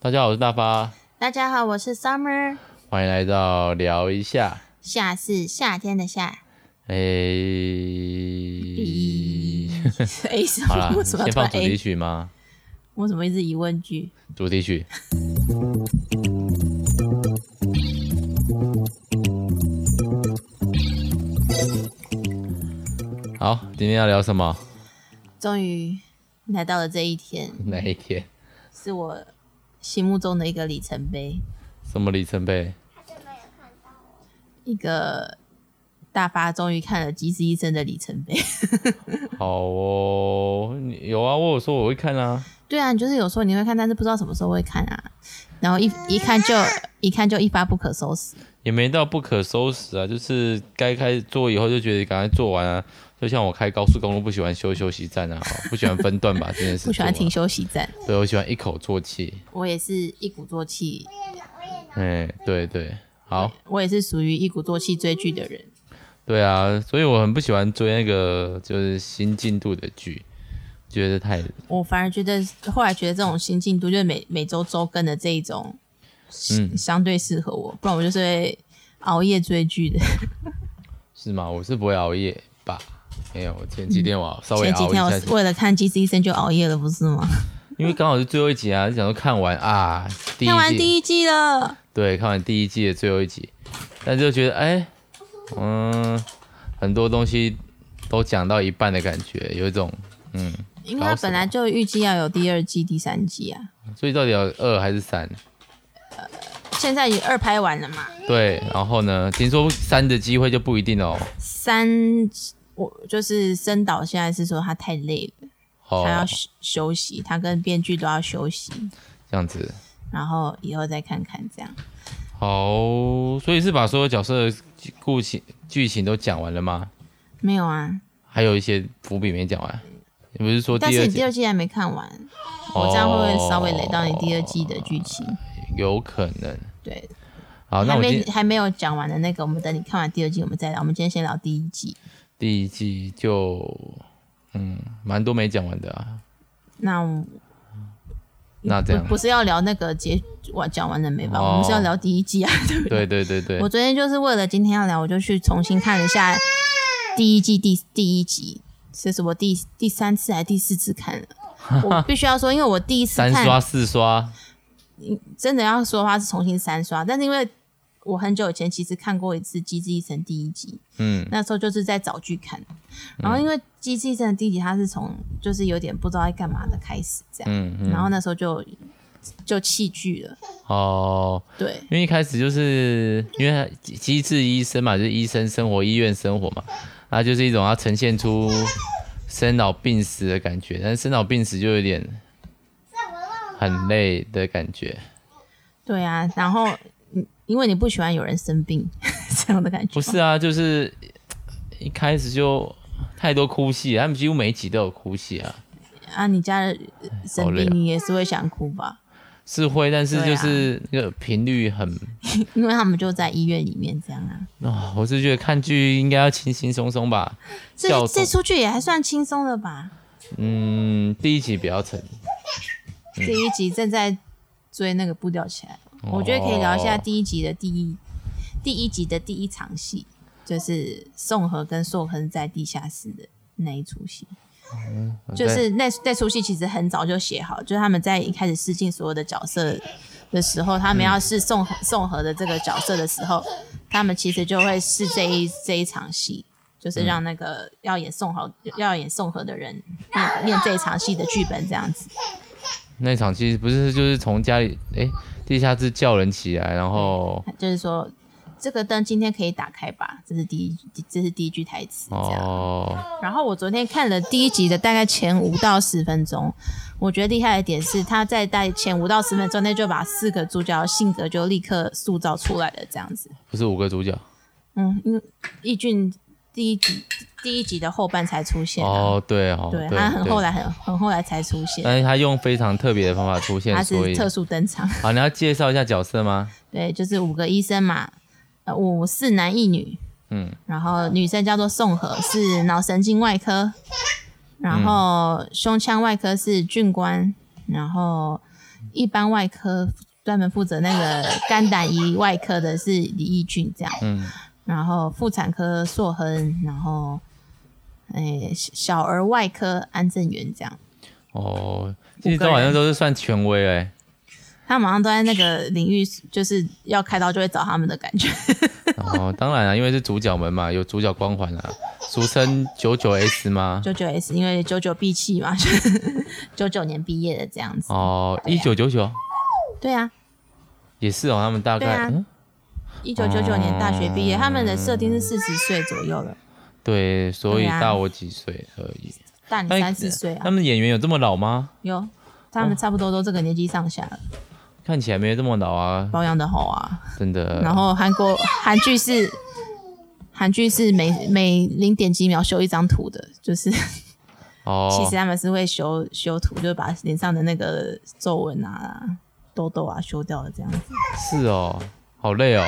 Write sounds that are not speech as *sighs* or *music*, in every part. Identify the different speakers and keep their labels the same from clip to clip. Speaker 1: 大家好，我是大发，
Speaker 2: 大家好，我是 Summer，
Speaker 1: 欢迎来到聊一下。
Speaker 2: 夏是夏天
Speaker 1: *laughs*
Speaker 2: 的夏。
Speaker 1: 诶、
Speaker 2: A 哎什
Speaker 1: 好啦
Speaker 2: 么？，为什么
Speaker 1: 先
Speaker 2: 要突
Speaker 1: 放
Speaker 2: 然
Speaker 1: 主题
Speaker 2: A？
Speaker 1: 曲吗？
Speaker 2: 为什么一直疑问句？
Speaker 1: 主题曲。好，今天要聊什么？
Speaker 2: 终于来到了这一天，
Speaker 1: 哪一天？
Speaker 2: 是我心目中的一个里程碑，
Speaker 1: 什么里程碑？
Speaker 2: 一个大发终于看了《机智医生》的里程碑。 *laughs*
Speaker 1: 好哦，你有啊，我有说我会看啊。
Speaker 2: 对啊，你就是有时候你会看，但是不知道什么时候会看啊。然后一一看就一看就一发不可收拾。
Speaker 1: 也没到不可收拾啊，就是该开始做以后就觉得赶快做完啊。就像我开高速公路不喜欢修休息站啊，不喜欢分段把
Speaker 2: *laughs*
Speaker 1: 这件事、啊
Speaker 2: 不喜欢停，休息站，
Speaker 1: 对我喜欢一口作气。
Speaker 2: 我也是一鼓作气，嗯
Speaker 1: 哎、对对，好，
Speaker 2: 我也是属于一鼓作气追剧的人。
Speaker 1: 对啊，所以我很不喜欢追那个就是新进度的剧，觉得太
Speaker 2: 我反而觉得，后来觉得这种新进度，就是每每周周更的这一种，
Speaker 1: 嗯
Speaker 2: 相对适合我，不然我就是会熬夜追剧的。
Speaker 1: 是吗？我是不会熬夜吧？没有，我前几天我熬稍微
Speaker 2: 前几
Speaker 1: 熬一
Speaker 2: 天我
Speaker 1: 下
Speaker 2: 是
Speaker 1: 下，
Speaker 2: 为了看《机智医生》就熬夜了，不是吗？
Speaker 1: 因为刚好是最后一集啊，就想说看完啊，第一
Speaker 2: 看完
Speaker 1: 季
Speaker 2: 第一季了，
Speaker 1: 对，看完第一季的最后一集，但就觉得哎、嗯，很多东西都讲到一半的感觉，有一种，
Speaker 2: 因为他本来就预计要有第二季、第三季啊，
Speaker 1: 所以到底有二还是三？
Speaker 2: 现在也二拍完了嘛，
Speaker 1: 对，然后呢，听说三的机会就不一定哦。
Speaker 2: 三我就是深岛现在是说他太累了，他要
Speaker 1: 哦，
Speaker 2: 休休息，他跟编剧都要休息，
Speaker 1: 这样子，
Speaker 2: 然后以后再看看这样。
Speaker 1: 好，所以是把所有角色的故情剧情都讲完了吗？
Speaker 2: 没有啊，
Speaker 1: 还有一些伏笔没讲完。你不是说
Speaker 2: 但
Speaker 1: 第
Speaker 2: 是
Speaker 1: 二
Speaker 2: 你第
Speaker 1: 季
Speaker 2: 二季还没看完，我这样会不会稍微累到你第二季的剧情？
Speaker 1: 哦有可能？
Speaker 2: 对，
Speaker 1: 好，那
Speaker 2: 还
Speaker 1: 我今
Speaker 2: 没还没有讲完的那个，我们等你看完第二季，我们再聊。我们今天先聊第一季，
Speaker 1: 第一季就嗯，蛮多没讲完的啊。
Speaker 2: 那我
Speaker 1: 那这样
Speaker 2: 不，不是要聊那个结完讲完了没吧？
Speaker 1: 哦
Speaker 2: 我们是要聊第一
Speaker 1: *laughs*
Speaker 2: 季啊，对不对？
Speaker 1: 对对对对，
Speaker 2: 我昨天就是为了今天要聊，我就去重新看了一下第一季第第一集，这是我第第三次还是第四
Speaker 1: *laughs*
Speaker 2: 次看了。我必须要说，因为我第一次
Speaker 1: 三
Speaker 2: 看
Speaker 1: 刷四刷，
Speaker 2: 真的要说的话是重新三刷，但是因为我很久以前其实看过一次《机智医生》第一集，
Speaker 1: 嗯，
Speaker 2: 那时候就是在找剧看，然后因为《机智医生》的第一集它是从就是有点不知道在干嘛的开始这样，
Speaker 1: 嗯嗯，
Speaker 2: 然后那时候就就弃剧了，
Speaker 1: 哦，
Speaker 2: 对
Speaker 1: 因为一开始就是因为他机智医生嘛，就是医生生活、医院生活嘛，啊，就是一种要呈现出生老病死的感觉，但是生老病死就有点很累的感觉，
Speaker 2: 对啊，然后嗯因为你不喜欢有人生病 *laughs* 这样的感觉，
Speaker 1: 不是？啊，就是一开始就太多哭戏，他们几乎每一集都有哭戏啊，
Speaker 2: 啊，你家人生
Speaker 1: 好累
Speaker 2: 病
Speaker 1: 啊
Speaker 2: 你也是会想哭吧？
Speaker 1: 是会，但是
Speaker 2: 对啊
Speaker 1: 就是那个频率很
Speaker 2: 因为他们就在医院里面这样啊。
Speaker 1: 啊、我是觉得看剧应该要轻轻松松吧。
Speaker 2: 这
Speaker 1: 叫
Speaker 2: 这出剧也还算轻松的吧？
Speaker 1: 嗯，第一集比较沉，
Speaker 2: 第一集正在追那个步调起来，我觉得可以聊一下第一集的第一第一集的第一场戏，就是宋和跟硕亨在地下室的那一出戏。就是那那出戏其实很早就写好，就是他们在一开始试镜所有的角色的时候，他们要试宋和宋和的这个角色的时候，他们其实就会试这一这一场戏。就是让那个要演宋和要演宋和的人念念这一场戏的剧本这样子，
Speaker 1: 那场戏不是就是从家里哎、地下室叫人起来，然后
Speaker 2: 就是说这个灯今天可以打开吧，这是第一，这是第一句台词这样。
Speaker 1: 哦
Speaker 2: 然后我昨天看了第一集的大概前五到十分钟，我觉得厉害的点是他在大概前五到十分钟内就把四个主角的性格就立刻塑造出来了，这样子。
Speaker 1: 不是五个主角
Speaker 2: 嗯，因为易俊第一集第一集的后半才出现、啊，
Speaker 1: 哦对哦
Speaker 2: 对他很后来很很后来才出现，
Speaker 1: 但是他用非常特别的方法出现
Speaker 2: 他，
Speaker 1: 所
Speaker 2: 是
Speaker 1: 以
Speaker 2: 特殊登场。
Speaker 1: 好你要介绍一下角色吗？
Speaker 2: 对，就是五个医生嘛，呃，五四男一女，
Speaker 1: 嗯，
Speaker 2: 然后女生叫做宋和，是脑神经外科，然后胸腔外科是俊官，然后一般外科专门负责那个肝胆胰外科的是李义俊这样，
Speaker 1: 嗯
Speaker 2: 然后妇产科硕亨，然后诶、小小儿外科安正元这样，
Speaker 1: 哦，其实都好像都是算权威哎、
Speaker 2: 他们好像都在那个领域，就是要开刀就会找他们的感觉。
Speaker 1: 哦，当然了、因为是主角们嘛，有主角光环啊，俗称九九 S 吗？
Speaker 2: 九九 S 因为九九闭气嘛， *laughs* 九九年毕业的这样子。
Speaker 1: 哦，一九九九
Speaker 2: 对啊，
Speaker 1: 也是哦，他们大概、
Speaker 2: 对啊
Speaker 1: 嗯
Speaker 2: 一九九九年大学毕
Speaker 1: 哦
Speaker 2: 业，他们的设定是四十岁左右了，
Speaker 1: 对，所以
Speaker 2: 对啊
Speaker 1: 大我几岁而已。
Speaker 2: 大你
Speaker 1: 哎那哦
Speaker 2: 三四岁啊
Speaker 1: 他，们演员有这么老吗？
Speaker 2: 有，他们差不多都这个年纪上下了，
Speaker 1: 看起来没有这么老啊，
Speaker 2: 保养的好啊。
Speaker 1: 真的。
Speaker 2: 然后韩国韩剧是韩剧是每每零点几秒修一张图的，就是
Speaker 1: 哦，
Speaker 2: *laughs* 其实啊他们是会修修图，就是把脸上的那个皱纹啊、痘痘啊修掉了这样子。
Speaker 1: 是哦，好累哦。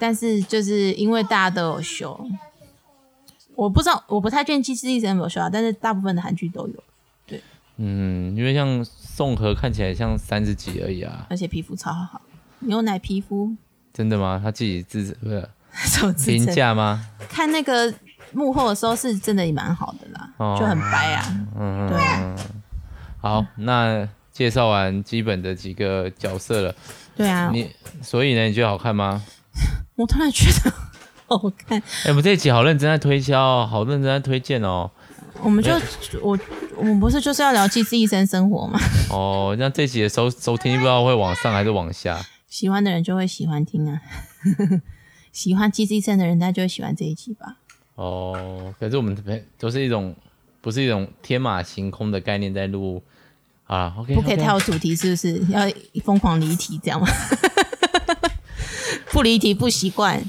Speaker 2: 但是就是因为大家都有修，我不知道我不太确定《机智医生》有没有修啊，但是大部分的韩剧都有，
Speaker 1: 嗯，因为像宋和看起来像三十几而已啊，
Speaker 2: 而且皮肤超好，牛奶皮肤 *laughs*
Speaker 1: 真的吗？他自己自不是
Speaker 2: 手指
Speaker 1: 评
Speaker 2: 成
Speaker 1: 价吗？
Speaker 2: 看那个幕后的时候是真的也蛮好的啦，
Speaker 1: 哦
Speaker 2: 就很白啊，
Speaker 1: 嗯，
Speaker 2: 对啊，
Speaker 1: 好，
Speaker 2: 嗯
Speaker 1: 那介绍完基本的几个角色了，
Speaker 2: 对啊，
Speaker 1: 你所以呢，你觉得好看吗？
Speaker 2: 我突然觉得 *laughs* 好看，
Speaker 1: 哎、我们这一集好认真在推销哦，好认真在推荐哦。
Speaker 2: 我们就我我们不是就是要聊《机智医生》生活吗？ *laughs*
Speaker 1: 哦，那这一集的收收听不知道会往上还是往下。
Speaker 2: 喜欢的人就会喜欢听啊， *laughs* 喜欢《机智医生》的人，他就会喜欢这一集吧。
Speaker 1: 哦，可是我们这边都是一种不是一种天马行空的概念在录啊。OK，
Speaker 2: 不可以
Speaker 1: OK
Speaker 2: 太有主题，是不是？要疯狂离题这样吗？ *laughs* 不离题不习惯，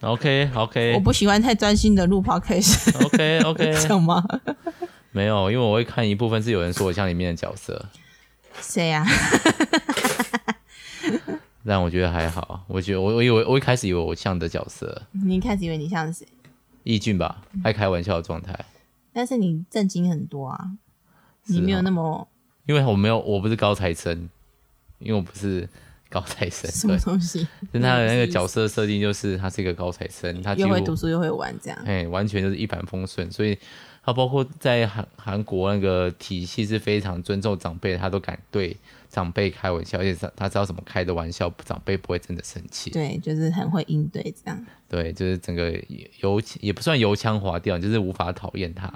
Speaker 1: OK
Speaker 2: 我
Speaker 1: OK
Speaker 2: 不喜欢太专心的录 podcast，
Speaker 1: OK
Speaker 2: *laughs* 这
Speaker 1: OK，
Speaker 2: 样吗？
Speaker 1: 没有，因为我会看一部分是有人说我像里面的角色，
Speaker 2: 谁
Speaker 1: 啊
Speaker 2: 呀、
Speaker 1: 但我觉得还好。我觉得我我以为我一开始以为我像的角色，
Speaker 2: 你一开始以为你像谁，
Speaker 1: 易俊吧，爱开玩笑的状态，
Speaker 2: 但是你震惊很多啊，你
Speaker 1: 是
Speaker 2: 没有
Speaker 1: 哦
Speaker 2: 那么
Speaker 1: 因为我没有我不是高材生，因为我不是高材生，
Speaker 2: 什
Speaker 1: 对
Speaker 2: 么，东西，
Speaker 1: 但他的那个
Speaker 2: 什么意思
Speaker 1: 角色设定就是他是一个高材生，他几
Speaker 2: 又
Speaker 1: 乎
Speaker 2: 会读书又会玩这样。
Speaker 1: 哎，完全就是一帆风顺，所以他包括在韩韩国那个体系是非常尊重长辈，他都敢对长辈开玩笑，而且他他知道怎么开的玩笑，长辈不会真的生气。
Speaker 2: 对，就是很会应对这样。
Speaker 1: 对，就是整个油也不算油腔滑调，就是无法讨厌他。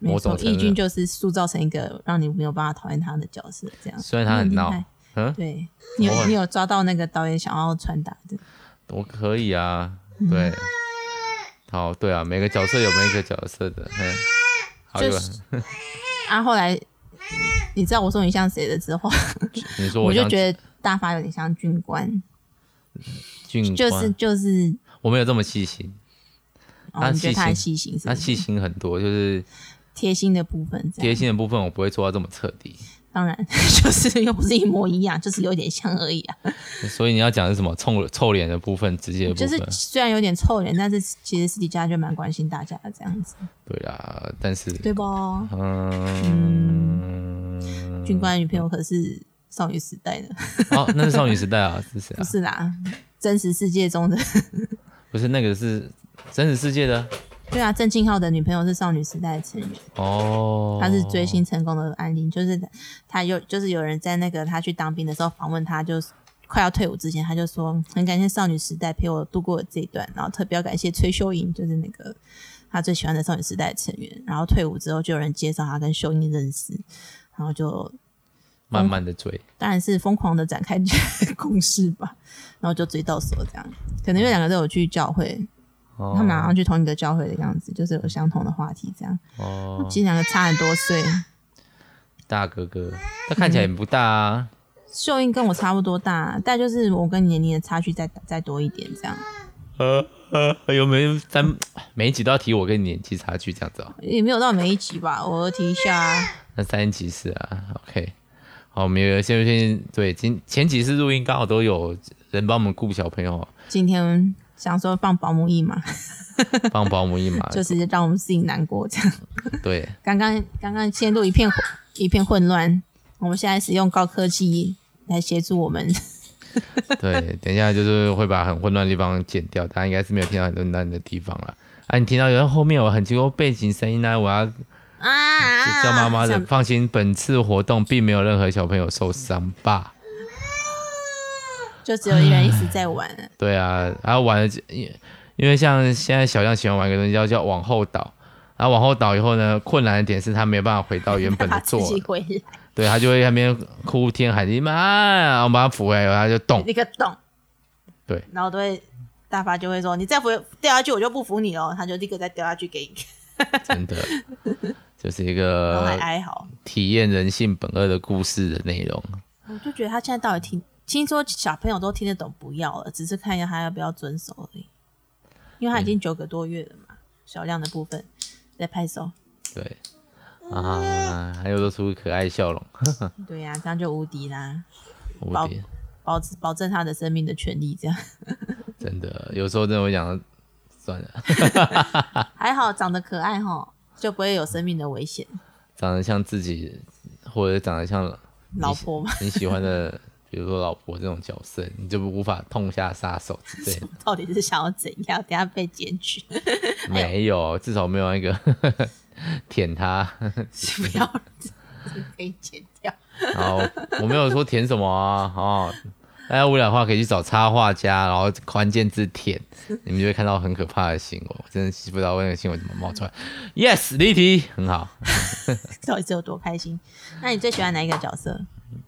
Speaker 2: 没
Speaker 1: 某种
Speaker 2: 错，
Speaker 1: 程度
Speaker 2: 义俊就是塑造成一个让你没有办法讨厌他的角色，这样。
Speaker 1: 虽然他很
Speaker 2: 你厉
Speaker 1: 闹
Speaker 2: 害，
Speaker 1: 嗯，
Speaker 2: 对你
Speaker 1: 偶
Speaker 2: 有
Speaker 1: 尔
Speaker 2: 你有抓到那个导演想要传达的。
Speaker 1: 我可以啊，
Speaker 2: 嗯
Speaker 1: 对，好，对啊，每个角色有每个角色的，嗯，好，
Speaker 2: 就
Speaker 1: 有
Speaker 2: 是啊，后来你知道我说你像谁了之后，
Speaker 1: 你说
Speaker 2: 我就
Speaker 1: 像
Speaker 2: 觉得大发有点像军官，
Speaker 1: 俊
Speaker 2: 就是
Speaker 1: 官
Speaker 2: 就是，
Speaker 1: 我没有这么细心，
Speaker 2: 哦，
Speaker 1: 他
Speaker 2: 你觉
Speaker 1: 细
Speaker 2: 得他
Speaker 1: 心
Speaker 2: 很细心是
Speaker 1: 他
Speaker 2: 不是？
Speaker 1: 细心很多，就是
Speaker 2: 贴心的部分，这
Speaker 1: 贴
Speaker 2: 样
Speaker 1: 心的部分我不会做到这么彻底。
Speaker 2: 当然 *laughs* 就是又不是一模一样，就是有点像而已啊。
Speaker 1: 所以你要讲的是什么臭臭脸的部分，直接的部
Speaker 2: 就
Speaker 1: 分，
Speaker 2: 是虽然有点臭脸，但是其实私底下就蛮关心大家的这样子，
Speaker 1: 对啦。但是，
Speaker 2: 对不？
Speaker 1: 嗯，
Speaker 2: 军官的女朋友可是少女时代的，
Speaker 1: 哦，那是少女时代啊，是谁
Speaker 2: 不
Speaker 1: 啊？
Speaker 2: 是啦，真实世界中的。
Speaker 1: 不是那个是真实世界的
Speaker 2: 对啊，郑敬浩的女朋友是少女时代的成员。
Speaker 1: 哦，
Speaker 2: 他是追星成功的案例，就是他有就是有人在那个他去当兵的时候访问他，就快要退伍之前，他就说很感谢少女时代陪我度过这一段，然后特别要感谢崔秀英，就是那个他最喜欢的少女时代的成员。然后退伍之后，就有人介绍他跟秀英认识，然后就
Speaker 1: 慢慢的追，
Speaker 2: 当然是疯狂的展开 *laughs* 攻势吧，然后就追到手这样。可能因为两个都有去教会，
Speaker 1: 哦
Speaker 2: 嗯他们啊好像去同一个教会的样子，就是有相同的话题这样。
Speaker 1: 哦，
Speaker 2: 其实两个差很多岁。
Speaker 1: 大哥哥，他看起来也不大啊，
Speaker 2: 秀英跟我差不多大，但就是我跟你年龄的差距再再多一点，这样
Speaker 1: 呃呃，有没有咱每一集都要提我跟你年纪差距这样子哦？
Speaker 2: 也没有到每一集吧，偶尔提一下啊。
Speaker 1: 那三集是啊，OK。好，我们有先先对今前几次录音刚好都有人帮我们顾小朋友，
Speaker 2: 今天想说放保姆椅嘛，
Speaker 1: 哎帮保姆一马，
Speaker 2: *laughs* 就是让我们自己难过这样。
Speaker 1: 对，
Speaker 2: 刚刚刚刚陷入一片混一片混乱，我们现在使用高科技来协助我们。
Speaker 1: 对，等一下就是会把很混乱的地方剪掉，大家应该是没有听到很混乱的地方了。啊，你听到有人后面有很奇怪背景声音呢、我要
Speaker 2: 啊！
Speaker 1: 叫妈妈的，
Speaker 2: 想
Speaker 1: 放心，本次活动并没有任何小朋友受伤吧？
Speaker 2: 就只有一人一直在玩 *laughs* 了。
Speaker 1: 对啊，然后玩了，因因为像现在小象喜欢玩一个东西叫叫往后倒，然后往后倒以后呢，困难的点是他没有办法回到原本的
Speaker 2: *laughs* 他自
Speaker 1: 座，
Speaker 2: 己回来，
Speaker 1: 对他就会在那边哭天喊地，妈，然后我把他扶回来，然后他就动，
Speaker 2: 那个洞，
Speaker 1: 对，
Speaker 2: 然后都会大发就会说：“你再不掉下去，我就不服你哦。”他就立刻再掉下去给你看，
Speaker 1: 真
Speaker 2: *laughs*
Speaker 1: 的，就是一
Speaker 2: 然后还
Speaker 1: 个
Speaker 2: 哀嚎。
Speaker 1: 体验人性本恶的故事的内容。
Speaker 2: 我就觉得他现在到底听，听说小朋友都听得懂，不要了，只是看一下他要不要遵守而已。因为他已经九个多月了嘛，小量的部分在拍手。
Speaker 1: 对啊，还有露出可爱笑容，
Speaker 2: 对呀、这样就无敌啦，
Speaker 1: 无
Speaker 2: 保
Speaker 1: 敌，
Speaker 2: 保保证他的生命的权利。这样 *laughs*
Speaker 1: 真的，有时候真的会想，算了，
Speaker 2: 还好，长得可爱哈，就不会有生命的危险。
Speaker 1: 长得像自己，或者长得像
Speaker 2: 老婆嘛，
Speaker 1: 你喜欢 *laughs* 的，比如说老婆这种角色，你就无法痛下杀手之类的。
Speaker 2: 到底是想要怎样？等一下被检举，
Speaker 1: *laughs* 没有，至少没有那个 *laughs* 舔他。
Speaker 2: 不要可以剪掉。
Speaker 1: 然后我没有说舔什么啊，哦，大家无聊的话可以去找插画家，然后关键字舔，你们就会看到很可怕的新闻。我真的不知道那个新闻怎么冒出来。Yes，离题很好，
Speaker 2: 到底是有多开心？那你最喜欢哪一个角色？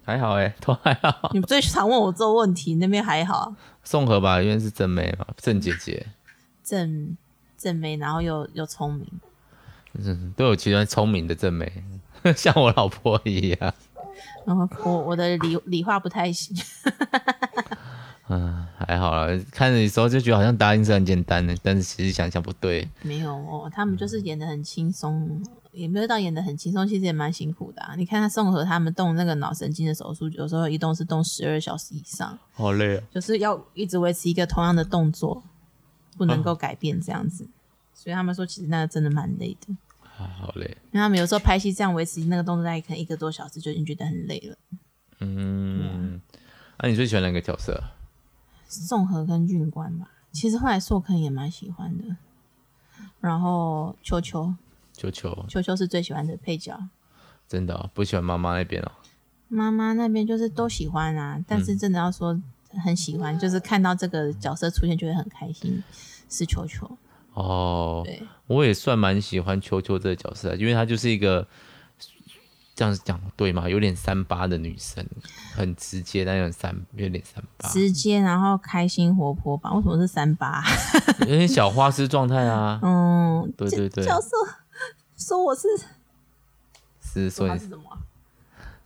Speaker 1: 还好哎、都还好。
Speaker 2: 你们最常问我这个问题，那边还好。
Speaker 1: 宋和吧，因为是正妹嘛，郑姐姐，
Speaker 2: 正正妹，然后又又聪明，
Speaker 1: 嗯，都有其他聪明的正妹， *laughs* 像我老婆一样。
Speaker 2: 然后我我的理理化不太行， *laughs*
Speaker 1: 嗯，还好啦，看的时候就觉得好像答应是很简单的，但是其实想想不对，
Speaker 2: 没有哦，他们就是演的很轻松，也没有到演的很轻松，其实也蛮辛苦的、啊。你看他宋和他们动那个脑神经的手术，有时候一动是动十二小时以上，
Speaker 1: 好累啊。
Speaker 2: 就是要一直维持一个同样的动作，不能够改变这样子。所以他们说，其实那个真的蛮累的。
Speaker 1: 啊好累。
Speaker 2: 因为他们有时候拍戏这样维持那个动作，大概可能一个多小时就已经觉得很累了。
Speaker 1: 嗯，那、你最喜欢哪个角色？
Speaker 2: 宋和跟俊官吧。其实后来硕坑也蛮喜欢的，然后球球，
Speaker 1: 球球，
Speaker 2: 球球是最喜欢的配角。
Speaker 1: 真的、哦、不喜欢妈妈那边哦。
Speaker 2: 妈妈那边就是都喜欢
Speaker 1: 嗯
Speaker 2: 啊，但是真的要说很喜欢，就是看到这个角色出现就会很开心，是球球。
Speaker 1: 哦
Speaker 2: 对，
Speaker 1: 我也算蛮喜欢球球这个角色啊的，因为她就是一个这样讲对吗？有点三八的女生，很直接，但又很三，有点三八，
Speaker 2: 直接，然后开心活泼吧？为什么是
Speaker 1: *laughs*
Speaker 2: 三八？
Speaker 1: 有点小花痴状态
Speaker 2: *laughs*
Speaker 1: 啊。
Speaker 2: 嗯，
Speaker 1: 对对对，
Speaker 2: 教授说我是
Speaker 1: 是说
Speaker 2: 他
Speaker 1: 你
Speaker 2: 是什么啊？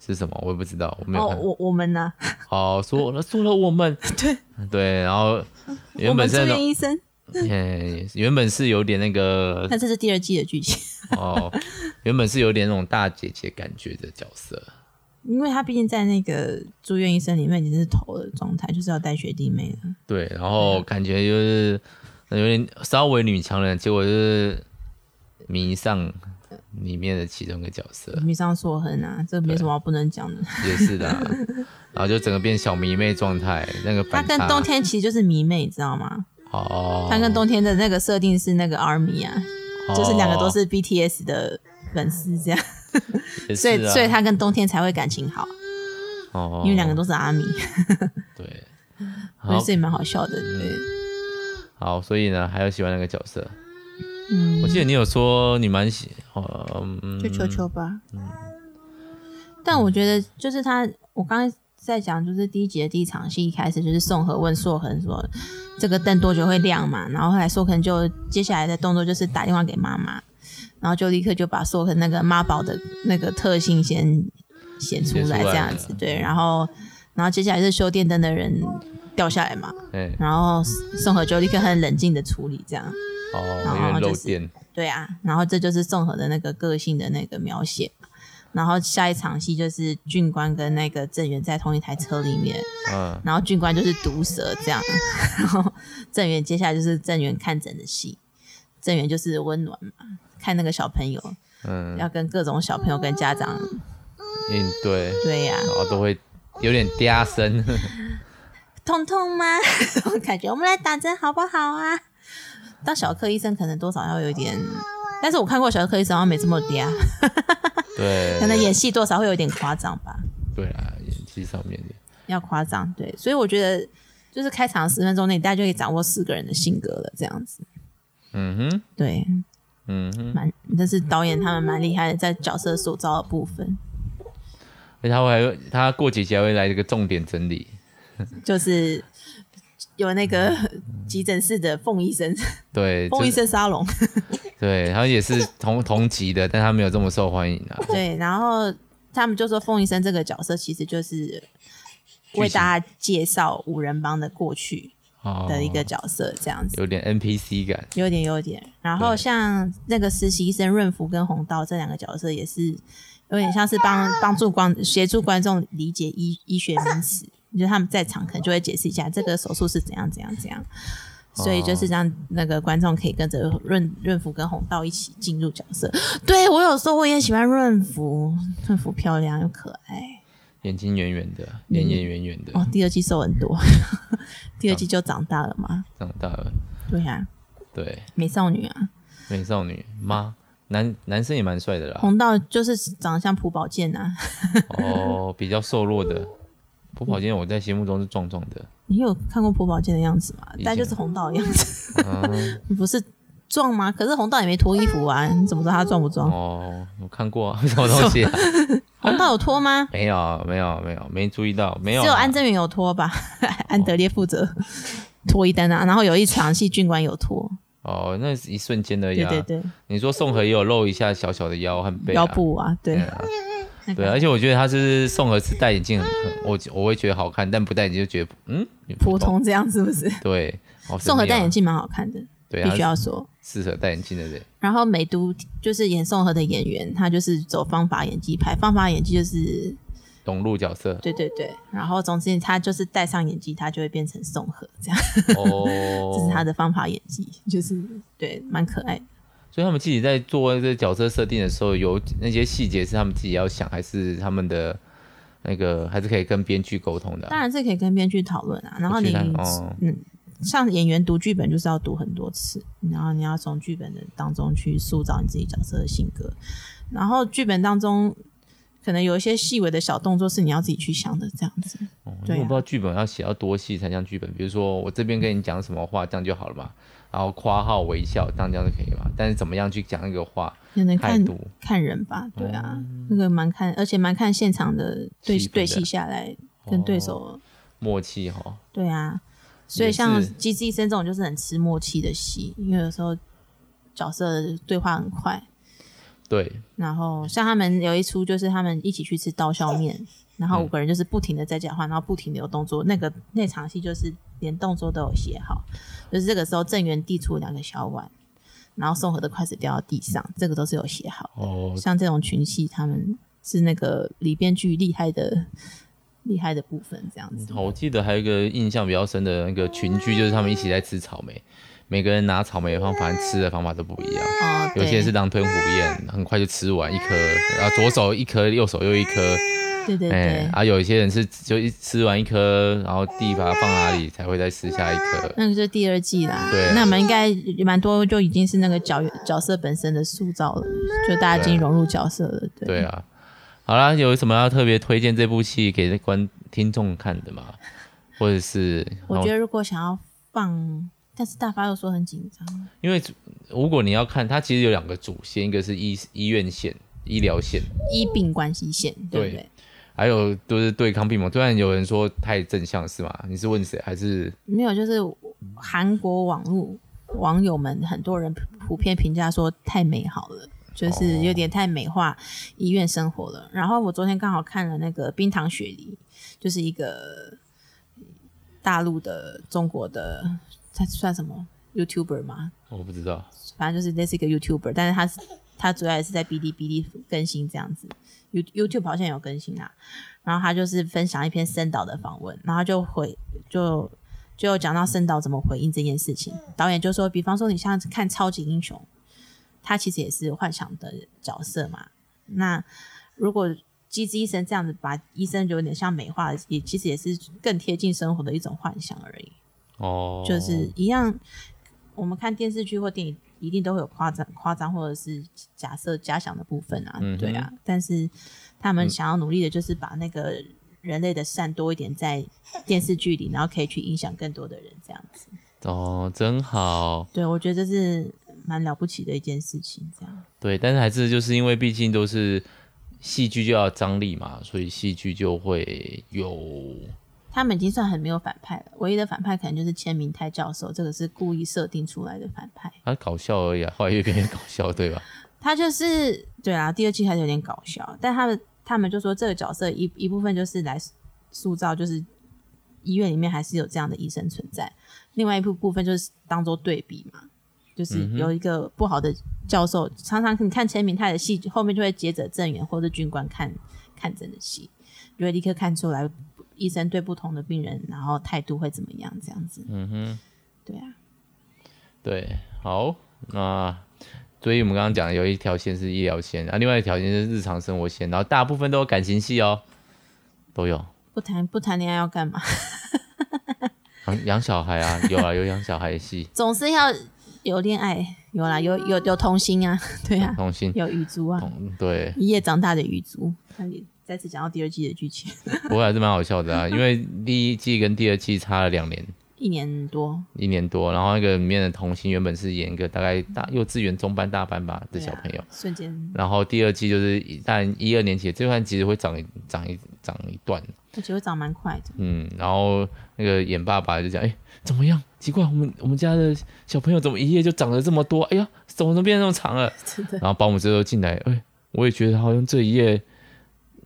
Speaker 1: 是什么？我也不知道，我没有
Speaker 2: 哦，
Speaker 1: 看。
Speaker 2: 我我们呢、
Speaker 1: 哦，说了说了我
Speaker 2: *laughs*
Speaker 1: 们，对对，然后
Speaker 2: 我
Speaker 1: 原
Speaker 2: 们
Speaker 1: 本
Speaker 2: 住
Speaker 1: 是那
Speaker 2: 院
Speaker 1: 种，
Speaker 2: 医生，
Speaker 1: 嗯，原本是有点那个
Speaker 2: 但这是第二季的剧情。
Speaker 1: 哦，原本是有点那种大姐姐感觉的角色，
Speaker 2: 因为他毕竟在那个住院医生里面已经是头的状态，就是要带学弟妹了。
Speaker 1: 对，然后
Speaker 2: 嗯
Speaker 1: 感觉就是有点稍微女强人，结果就是迷上里面的其中一个角色，
Speaker 2: 迷上硕亨啊，这没什么不能讲的。
Speaker 1: 也是
Speaker 2: *laughs*
Speaker 1: 的啊，然后就整个变小迷妹状态，那个
Speaker 2: 他
Speaker 1: 反
Speaker 2: 跟
Speaker 1: 差
Speaker 2: 冬天其实就是迷妹，你知道吗？
Speaker 1: 哦，
Speaker 2: 他跟冬天的那个设定是那个 ARMY 啊，就是两个都是 BTS 的粉丝这样，
Speaker 1: 哦也是
Speaker 2: 所
Speaker 1: 啊，
Speaker 2: 以所以他跟冬天才会感情好，
Speaker 1: 哦，
Speaker 2: 因为两个都嗯是阿米，
Speaker 1: 对，
Speaker 2: 我觉 *laughs*
Speaker 1: 好
Speaker 2: 得这也蛮好笑的。对，
Speaker 1: 好，所以呢，还有喜欢那个角色，
Speaker 2: 嗯
Speaker 1: 我，记得你有说你蛮喜，呃，嗯
Speaker 2: 就球球吧。但我觉得就是他，我刚刚在讲，就是第一集的第一场戏，一开始就是宋和问硕恒说这个灯多久会亮嘛，然后后来硕恒就接下来的动作就是打电话给妈妈，然后就立刻就把硕恒那个妈宝的那个特性先显出
Speaker 1: 显出
Speaker 2: 来
Speaker 1: 来
Speaker 2: 这样
Speaker 1: 了
Speaker 2: 子，对，然后然后接下来是修电灯的人掉下来嘛，
Speaker 1: 哎、
Speaker 2: 然后宋和就立刻很冷静的处理这样，
Speaker 1: 哦，
Speaker 2: 然
Speaker 1: 因
Speaker 2: 后
Speaker 1: 为
Speaker 2: 就
Speaker 1: 漏
Speaker 2: 是
Speaker 1: 电，
Speaker 2: 对啊，然后这就是宋和的那个个性的那个描写。然后下一场戏就是俊官跟那个郑源在同一台车里面，
Speaker 1: 嗯，
Speaker 2: 然后俊官就是毒舌这样， *laughs* 然后郑源接下来就是郑源看诊的戏，郑源就是温暖嘛，看那个小朋友
Speaker 1: 嗯
Speaker 2: 要跟各种小朋友跟家长
Speaker 1: 应对，
Speaker 2: 对呀、
Speaker 1: 然后都会有点嗲声。
Speaker 2: 痛痛吗？ *laughs* 感觉我们来打针好不好啊？当小儿科医生可能多少要有一点，但是我看过小儿科医生好像没这么嗲，啊
Speaker 1: 对，
Speaker 2: 可能演戏多少会有点夸张吧，
Speaker 1: 对啊，演技上面的。
Speaker 2: 要夸张对，所以我觉得就是开场十分钟内，大家就可以掌握四个人的性格了，这样子
Speaker 1: 嗯哼，
Speaker 2: 对，
Speaker 1: 嗯哼，
Speaker 2: 蛮但是导演他们蛮厉害的，在角色塑造的部分，
Speaker 1: 而且他会还会，他过几集还会来一个重点整理。
Speaker 2: 就是有那个 *laughs* 急诊室的凤医生，
Speaker 1: 对，
Speaker 2: 凤
Speaker 1: 就
Speaker 2: 医
Speaker 1: 是
Speaker 2: 生沙龙，
Speaker 1: 对，他也是同 *laughs* 同级的，但他没有这么受欢迎啊。
Speaker 2: 对，然后他们就说凤医生这个角色其实就是为大家介绍五人帮的过去
Speaker 1: 哦，
Speaker 2: *laughs* 的一个角色，这样子。
Speaker 1: 有点 NPC 感。
Speaker 2: 有点有点，然后
Speaker 1: 对
Speaker 2: 像那个实习生润福跟红道这两个角色也是有点像是帮帮助观协助观众理解医医学名词，就是他们在场可能就会解释一下这个手术是怎样怎样怎样，所以就是让那个观众可以跟着润润福跟红道一起进入角色。对我有时候我也喜欢润福，润福漂亮又可爱
Speaker 1: 眼睛圆圆的，眼眼圆圆的，
Speaker 2: 嗯哦。第二季瘦很多， *laughs* 第二季就长大了嘛，
Speaker 1: 长大了。
Speaker 2: 对呀、
Speaker 1: 对，
Speaker 2: 美少女啊。
Speaker 1: 美少女妈，男男生也蛮帅的啦。
Speaker 2: 红道就是长得像朴宝剑啊呐，
Speaker 1: 哦，比较瘦弱的。朴宝剑我在心目中是壮壮的，
Speaker 2: 你有看过朴宝剑的样子吗
Speaker 1: 以？前啊
Speaker 2: 但就是红道的样子， *laughs* 不是壮吗？可是红道也没脱衣服啊，你怎么知道他壮不壮？
Speaker 1: 哦，我看过啊，什么东
Speaker 2: *laughs*
Speaker 1: 西啊？
Speaker 2: 红道有脱吗？
Speaker 1: 没有，没有，没有，没注意到，没有啊。
Speaker 2: 只有安正元有脱吧，安德烈负责脱衣单啊，然后有一场戏军官有
Speaker 1: *laughs*
Speaker 2: 脱，
Speaker 1: 哦，那是一瞬间而已
Speaker 2: 对
Speaker 1: 啊。
Speaker 2: 对对，
Speaker 1: 你说宋和也有露一下小小的腰和背、啊，
Speaker 2: 腰部啊，对
Speaker 1: 啊
Speaker 2: 那
Speaker 1: 对，
Speaker 2: 个
Speaker 1: 而且我觉得他是宋和是戴眼镜很，很我我会觉得好看，但不戴眼镜就觉得嗯
Speaker 2: *laughs* 普。通这样是不是？
Speaker 1: 对，好神
Speaker 2: *laughs* 宋和
Speaker 1: 秘啊
Speaker 2: 戴眼，镜蛮好看的，
Speaker 1: 对，啊
Speaker 2: 必须
Speaker 1: 他
Speaker 2: 要说。
Speaker 1: 是适合戴眼镜的人。
Speaker 2: 然后美都就是演宋和的演员，他就是走方法演技派，方法演技就是
Speaker 1: 融入角
Speaker 2: *laughs*
Speaker 1: 色
Speaker 2: 对对对，然后总之他就是戴上眼镜，他就会变成宋和这样，
Speaker 1: 哦，
Speaker 2: 这是他的方法演技，就是对，蛮可爱的。
Speaker 1: 所以他们自己在做这个角色设定的时候，有那些细节是他们自己要想，还是他们的那个还是可以跟编剧沟通的啊、
Speaker 2: 当然是可以跟编剧讨论啊，然后
Speaker 1: 去
Speaker 2: 你
Speaker 1: 看哦
Speaker 2: 嗯，像演员读剧本就是要读很多次，然后你要从剧本的当中去塑造你自己角色的性格，然后剧本当中可能有一些细微的小动作是你要自己去想的，这样子。
Speaker 1: 哦因
Speaker 2: 对
Speaker 1: 为
Speaker 2: 啊
Speaker 1: 我不知道剧本要写到多细才像剧本，比如说我这边跟你讲什么话，这样就好了嘛。然后夸号微笑，这样这样就可以嘛。但是怎么样去讲那个话，
Speaker 2: 可能
Speaker 1: 态
Speaker 2: 看
Speaker 1: 度哦
Speaker 2: 看人吧，对啊，那个蛮看，而且蛮看现场的对
Speaker 1: 气氛的
Speaker 2: 对戏下来跟对手。
Speaker 1: 默契哈，
Speaker 2: 对啊，所
Speaker 1: 也
Speaker 2: 以像
Speaker 1: 是
Speaker 2: 《机智医生》这种就是很吃默契的戏，因为有时候角色对话很快。
Speaker 1: 对，
Speaker 2: 然后像他们有一出就是他们一起去吃刀削面，
Speaker 1: 嗯
Speaker 2: 然后五个人就是不停的在讲话，然后不停的有动作。那个那场戏就是连动作都有写好，就是这个时候郑源递出两个小碗，然后宋和的筷子掉到地上，这个都是有写好。
Speaker 1: 哦，
Speaker 2: 像这种群戏，他们是那个里编剧厉害的厉害的部分，这样子。
Speaker 1: 哦我记得还有一个印象比较深的那个群聚，就是他们一起在吃草莓，每个人拿草莓的方法、吃的方法都不一样。
Speaker 2: 哦，
Speaker 1: 有
Speaker 2: 对
Speaker 1: 些人是狼吞虎咽，很快就吃完一颗，然后左手一颗，右手又一颗，
Speaker 2: 对对对。
Speaker 1: 哎，啊，有一些人是就一吃完一颗，然后地把它放哪里才会再吃下一颗。
Speaker 2: 那个就是第二季啦。
Speaker 1: 对
Speaker 2: 那我们应该蛮多就已经是那个角角色本身的塑造了，就大家已经融入角色了。对，
Speaker 1: 对啊，好啦，有什么要特别推荐这部戏给观听众看的吗？或者是
Speaker 2: 我觉得如果想要放，但是大发又说很紧张，
Speaker 1: 因为如果你要看，它其实有两个主线，一个是医医院线、医疗线，
Speaker 2: 医病关系线，对不对？
Speaker 1: 还有就是对抗病魔。突然有人说太正向是吗？你是问谁？还是
Speaker 2: 没有，就是韩国网络网友们很多人普遍评价说太美好了。就是有点太美化医院生活了。然后我昨天刚好看了那个冰糖雪梨，就是一个大陆的中国的，他算什么 YouTuber 吗？
Speaker 1: 我不知道？
Speaker 2: 反正就是类似一个 YouTuber，但是他是他主要也是在哔哩哔哩更新这样子，You YouTube 好像有更新啦、啊然后他就是分享一篇森岛的访问，然后就回就就有讲到森岛怎么回应这件事情。导演就说，比方说你像看超级英雄，他其实也是幻想的角色嘛。那如果机智医生这样子把医生有点像美化，也其实也是更贴近生活的一种幻想而已。
Speaker 1: 哦，
Speaker 2: 就是一样，我们看电视剧或电影一定都会有夸张、夸张或者是假设、假想的部分啊，
Speaker 1: 嗯哼嗯
Speaker 2: 对啊。但是他们想要努力的就是把那个人类的善多一点在电视剧里，然后可以去影响更多的人，这样子。
Speaker 1: 哦，真好。
Speaker 2: 对，我觉得这是蛮了不起的一件事情，这样。
Speaker 1: 对，但是还是就是因为毕竟都是戏剧就要张力嘛，所以戏剧就会有
Speaker 2: 他们已经算很没有反派了，唯一的反派可能就是千明泰教授，这个是故意设定出来的反派。
Speaker 1: 啊搞笑而已啊，后来越变越搞笑，对吧？
Speaker 2: 他就是对啊，第二季还是有点搞笑，但他们他们就说这个角色一一部分就是来塑造，就是医院里面还是有这样的医生存在，另外一部部分就是当做对比嘛，就是有一个不好的教授，常常你看千明泰的戏，后面就会接着郑源或者军官看看诊的戏，就会立刻看出来医生对不同的病人，然后态度会怎么样这样子。嗯哼，对啊，
Speaker 1: 对，好，那所以我们刚刚讲的有一条线是医疗线，然后另外一条线是日常生活线，然后大部分都有感情戏哦，都有
Speaker 2: 不谈不谈恋爱要干嘛？
Speaker 1: 养养小孩啊，有啊，有养小孩的戏，
Speaker 2: 总是要有恋爱，有啦，有有有童心啊， *laughs* 对啊，
Speaker 1: 童心，
Speaker 2: 有雨珠啊，
Speaker 1: 嗯对，
Speaker 2: 一夜长大的雨珠。那你再次讲到第二季的剧情，
Speaker 1: 不过还是蛮好笑的啊，因为第一季跟第二季差了两年，
Speaker 2: 一年多，
Speaker 1: 一年多，然后那个里面的童星原本是演一个大概大幼稚园中班大班吧的
Speaker 2: 对
Speaker 1: 小
Speaker 2: 啊
Speaker 1: 朋友，
Speaker 2: 瞬间，
Speaker 1: 然后第二季就是一但一二年级这段其实会长一长一长一段，
Speaker 2: 而且会长蛮快的， *laughs*
Speaker 1: 嗯，然后那个演爸爸就讲，哎、怎么样？奇怪，我们我们家的小朋友怎么一夜就长了这么多？哎呀，怎么都变得那么长
Speaker 2: *laughs*
Speaker 1: 了？
Speaker 2: 真的。
Speaker 1: 然后保姆这时候进来，哎、我也觉得好像这一夜，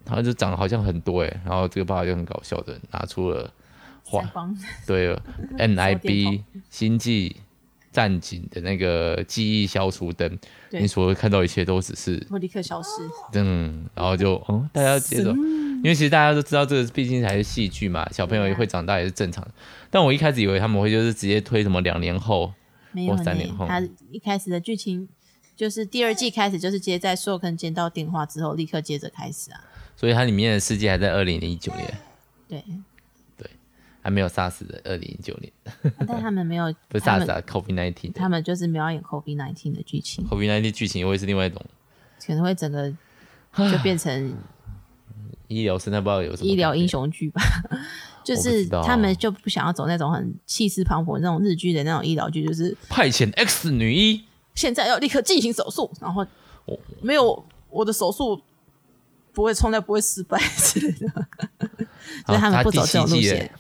Speaker 1: 他就长得好像很多哎、然后这个爸爸就很搞笑的拿出了哇
Speaker 2: 闪光，
Speaker 1: 对了
Speaker 2: 电
Speaker 1: ，NIB 星际战警的那个记忆消除灯，
Speaker 2: 对
Speaker 1: 你所看到一切都只是
Speaker 2: 我立刻消失。
Speaker 1: 嗯，然后就
Speaker 2: 哦
Speaker 1: 嗯，大家要接受，因为其实大家都知道这个毕竟还是戏剧嘛，小朋友也会长大也是正常的。但我一开始以为他们会就是直接推什么两年后，
Speaker 2: 没有
Speaker 1: 我三
Speaker 2: 呢
Speaker 1: 年后，
Speaker 2: 他一开始的剧情就是第二季开始就是接在硕坑接到电话之后，立刻接着开始啊。
Speaker 1: 所以它里面的世界还在二零一九
Speaker 2: *laughs*
Speaker 1: 年， *laughs*
Speaker 2: 对，
Speaker 1: 还没有 SARS 的二零一九年，
Speaker 2: 但他们没有，
Speaker 1: 不是
Speaker 2: 他
Speaker 1: SARS
Speaker 2: 们
Speaker 1: 啊，COVID nineteen
Speaker 2: 他们就是没有演 COVID 1 9的剧情，
Speaker 1: COVID nineteen 剧情又会是另外一种
Speaker 2: 可能会整
Speaker 1: *sighs*
Speaker 2: 个就变成
Speaker 1: 医疗生态，不知道有什么
Speaker 2: 医疗
Speaker 1: 感觉
Speaker 2: 英雄剧吧，
Speaker 1: *laughs*
Speaker 2: 就
Speaker 1: 我不
Speaker 2: 是
Speaker 1: 知道啊
Speaker 2: 他们就不想要走那种很气势磅礴那种日剧的那种医疗剧，就是
Speaker 1: 派遣 X 女医，
Speaker 2: 现在要立刻进行手术，然后
Speaker 1: 我
Speaker 2: 没有我的手术不会从来不会失败之类
Speaker 1: *laughs*
Speaker 2: 的，所
Speaker 1: 啊
Speaker 2: 以他们
Speaker 1: 它
Speaker 2: 不
Speaker 1: 第
Speaker 2: 走
Speaker 1: 七
Speaker 2: 这种路
Speaker 1: 季
Speaker 2: 线
Speaker 1: 耶。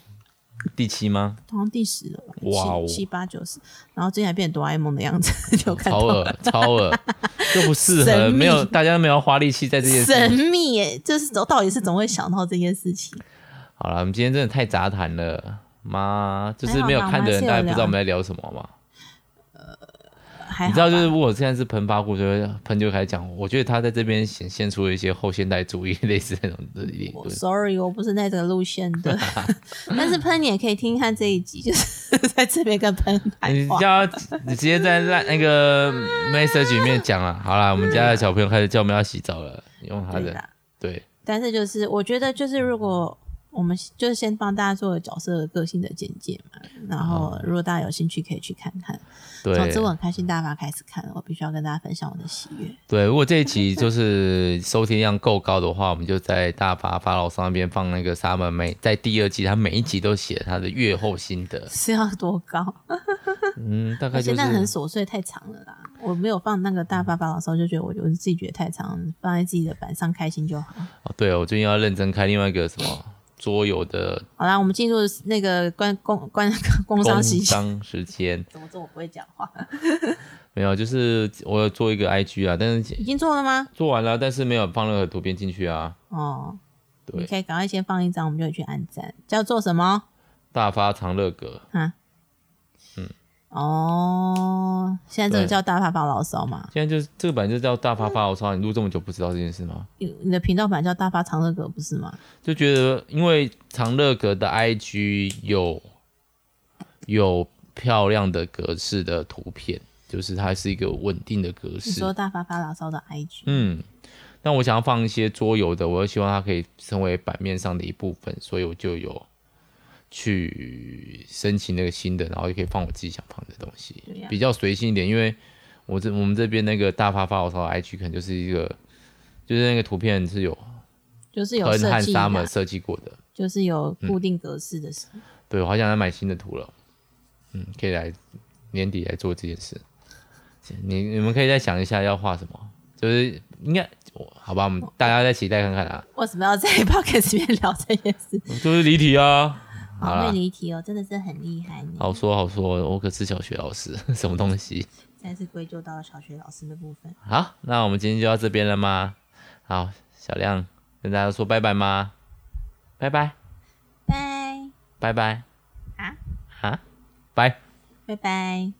Speaker 1: 第七吗？
Speaker 2: 好像第十了吧，
Speaker 1: 哇哦
Speaker 2: 七七八九十，然后最近还变哆啦 A 梦的样子， *laughs* 你有看
Speaker 1: 超
Speaker 2: 到
Speaker 1: 恶，超恶，就不适合，
Speaker 2: 哎神秘
Speaker 1: 没有大家没有花力气在这件事情
Speaker 2: 神秘耶，这是到底是怎么会想到这件事情？
Speaker 1: 好了，我们今天真的太杂谈了，妈，就是没有看的人，大
Speaker 2: 还
Speaker 1: 概
Speaker 2: 好吧
Speaker 1: 不知道我们在聊什么嘛。
Speaker 2: 还好
Speaker 1: 你知道，就是
Speaker 2: 吧
Speaker 1: 如果现在是喷发故，就会喷就开始讲，我觉得他在这边显现出了一些后现代主义类似那种的理
Speaker 2: 我
Speaker 1: 论。
Speaker 2: sorry，我不是那个路线的，
Speaker 1: *laughs*
Speaker 2: 但是喷你也可以听看这一集，就是 *laughs* 在这边跟喷
Speaker 1: 你
Speaker 2: 喊话。
Speaker 1: 叫他你直接在那那个 *laughs* message 里面讲啊了。好啦，我们家的小朋友开始叫我们要洗澡了，用他
Speaker 2: 对啊
Speaker 1: 的
Speaker 2: 啦，
Speaker 1: 对，
Speaker 2: 但是就是我觉得就是如果我们就是先帮大家做个角色的个性的简介嘛，然后如果大家有兴趣可以去看看。
Speaker 1: 嗯对，
Speaker 2: 总之我很开心大家把它开始看了，我必须要跟大家分享我的喜悦。
Speaker 1: 对，如果这一集就是收听量够高的话，我们就在大发发牢骚那边放那个 Summer 每在第二季，他每一集都写他的阅后心得，
Speaker 2: 是要多高？
Speaker 1: 嗯，大概
Speaker 2: 而且
Speaker 1: 就
Speaker 2: 那
Speaker 1: 是
Speaker 2: 很琐碎，太长了啦。我没有放那个大爸爸的时候，就觉得我我自己觉得太长，放在自己的板上开心就好。
Speaker 1: 哦，对哦，我最近要认真开另外一个什
Speaker 2: *laughs*
Speaker 1: 么桌游的
Speaker 2: 好啦，我们进入那个关工关工
Speaker 1: 工
Speaker 2: 商时间。
Speaker 1: 商时间，
Speaker 2: 怎么做？我不会讲话。
Speaker 1: 没有，就是我有做一个 IG 啊，但是
Speaker 2: 已经做了吗？
Speaker 1: 做完了，但是没有放任何图片进去啊。
Speaker 2: 哦，
Speaker 1: 对
Speaker 2: 你可以赶快先放一张，我们就会去按赞。叫做什么？
Speaker 1: 大发长乐阁，
Speaker 2: 啊？嗯。哦，现在这个
Speaker 1: 对
Speaker 2: 叫大发发牢骚嘛？
Speaker 1: 现在就是这个版就叫大发发牢骚，你录这么久不知道这件事吗？
Speaker 2: 你你的频道版叫大发长乐阁不是吗？
Speaker 1: 就觉得，因为长乐阁的 IG 有有漂亮的格式的图片，就是它是一个稳定的格
Speaker 2: 你
Speaker 1: 式
Speaker 2: 说。大发发牢骚的 IG，
Speaker 1: 嗯，但我想要放一些桌游的，我又希望它可以成为版面上的一部分，所以我就有去申请那个新的，然后也可以放我自己想放的东西，
Speaker 2: 对呀
Speaker 1: 比较随性一点。因为我这我们这边那个大发发我操 IG 可能就是一个，就是那个图片是有
Speaker 2: 就是有
Speaker 1: 喷
Speaker 2: 设
Speaker 1: 和
Speaker 2: 计
Speaker 1: Summer 嗯
Speaker 2: 的，
Speaker 1: 设计过的。
Speaker 2: 就是有固定格式的，
Speaker 1: 对，我好想来买新的图了。嗯，可以来年底来做这件事。你你们可以再想一下要画什么，就是应该我好吧，我们大家再期待看看啊。
Speaker 2: 为什么要在 *laughs* podcast 里面聊这件事？
Speaker 1: 就是离题啊，好
Speaker 2: 好会
Speaker 1: 啦，
Speaker 2: 离题哦，真的是很厉害呢。
Speaker 1: 好说好说，我可是小学老师， *laughs* 什么东西
Speaker 2: 再次归咎到了小学老师的部分。
Speaker 1: 好，那我们今天就到这边了吗？好，小亮跟大家说拜拜吗？拜拜，
Speaker 2: 拜
Speaker 1: 拜拜
Speaker 2: 啊，
Speaker 1: 啊，拜。
Speaker 2: 拜拜。